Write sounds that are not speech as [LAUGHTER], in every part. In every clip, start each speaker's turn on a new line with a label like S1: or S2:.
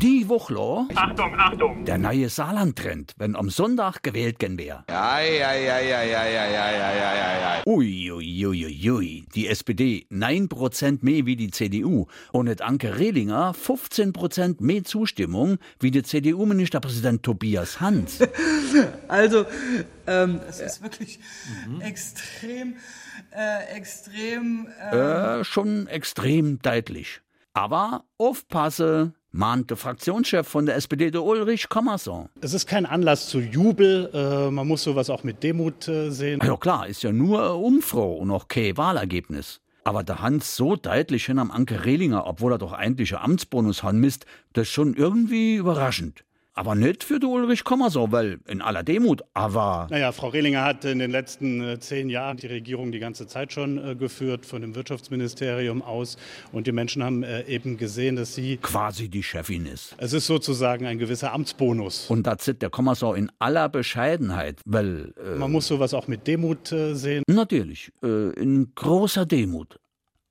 S1: Die Wuchler,
S2: Achtung, Achtung!
S1: der neue Saarland-Trend, wenn am Sonntag gewählt gehen wär. Uiuiuiui, die SPD 9% mehr wie die CDU und et Anke Rehlinger 15% mehr Zustimmung wie der CDU-Ministerpräsident Tobias Hans. Äh,
S3: Also, ähm, es ist wirklich extrem, äh, extrem. Äh,
S1: Äh, schon extrem deutlich. Aber aufpasse, mahnt der Fraktionschef von der SPD, der Ulrich Kommerson.
S4: Es ist kein Anlass zu Jubel. Äh, man muss sowas auch mit Demut äh, sehen.
S1: Ja klar, ist ja nur eine Umfrau und auch kein Wahlergebnis. Aber der Hans so deutlich hin am Anke Rehlinger, obwohl er doch eigentlich einen Amtsbonus haben misst, das ist schon irgendwie überraschend. Aber nicht für den Ulrich Kommerson, weil in aller Demut, aber...
S4: Naja, Frau Rehlinger hat in den letzten äh, zehn Jahren die Regierung die ganze Zeit schon äh, geführt, von dem Wirtschaftsministerium aus. Und die Menschen haben äh, eben gesehen, dass sie.
S1: quasi die Chefin ist.
S4: Es ist sozusagen ein gewisser Amtsbonus.
S1: Und das sieht der Kommerson in aller Bescheidenheit, weil... Äh,
S4: Man muss sowas auch mit Demut äh, sehen.
S1: Natürlich, äh, in großer Demut.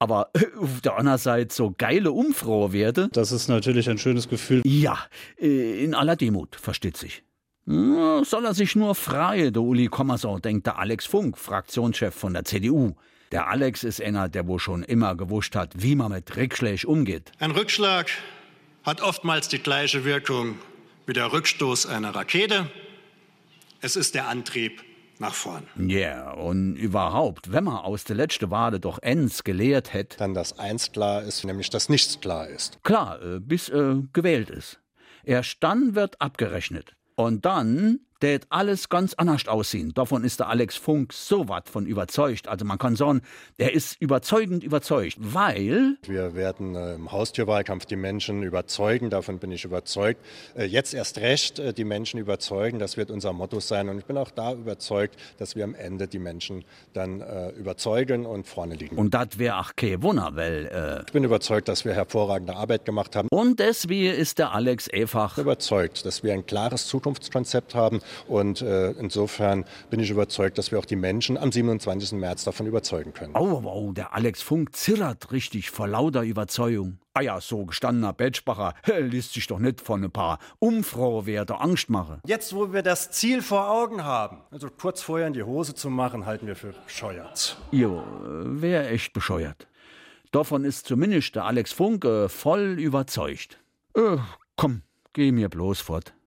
S1: Aber äh, auf der anderen Seite so geile Umfrauewerte.
S4: Das ist natürlich ein schönes Gefühl.
S1: Ja, äh, in aller Demut, versteht sich. Na, Soll er sich nur freie, der Uli Kommersau, denkt der Alex Funk, Fraktionschef von der CDU. Der Alex ist einer, der wohl schon immer gewusst hat, wie man mit Rückschlägen umgeht.
S5: Ein Rückschlag hat oftmals die gleiche Wirkung wie der Rückstoß einer Rakete. Es ist der Antrieb nach vorn.
S1: Ja, und überhaupt, wenn man aus der letzten Wade doch ens gelehrt hätte,
S6: dann das eins klar ist, nämlich dass nichts klar ist.
S1: Klar, äh, bis äh, gewählt ist. Erst dann wird abgerechnet. Und dann tät alles ganz anders aussehen. Davon ist der Alex Funk so wat von überzeugt. Also man kann sagen, er ist überzeugend überzeugt, weil
S6: Wir werden äh, im Haustürwahlkampf die Menschen überzeugen, davon bin ich überzeugt. Äh, jetzt erst recht äh, die Menschen überzeugen, das wird unser Motto sein. Und ich bin auch da überzeugt, dass wir am Ende die Menschen dann äh, überzeugen und vorne liegen.
S1: und das wäre auch kein Wunder, weil
S6: ich bin überzeugt, dass wir hervorragende Arbeit gemacht haben.
S1: äh, und deswegen ist der Alex einfach
S6: überzeugt, dass wir ein klares Zukunftskonzept haben und äh, insofern bin ich überzeugt, dass wir auch die Menschen am 27. März davon überzeugen können.
S1: Au, wow, der Alex Funk zirrt richtig vor lauter Überzeugung. Ah ja, so gestandener [LAUGHS] Betschbacher lässt sich doch nicht von ein paar Umfrauwerte Angst machen.
S6: Jetzt, wo wir das Ziel vor Augen haben, also kurz vorher in die Hose zu machen, halten wir für bescheuert.
S1: Jo, wär echt bescheuert. Davon ist zumindest der Alex Funke voll überzeugt. Äh, komm, geh mir bloß fort.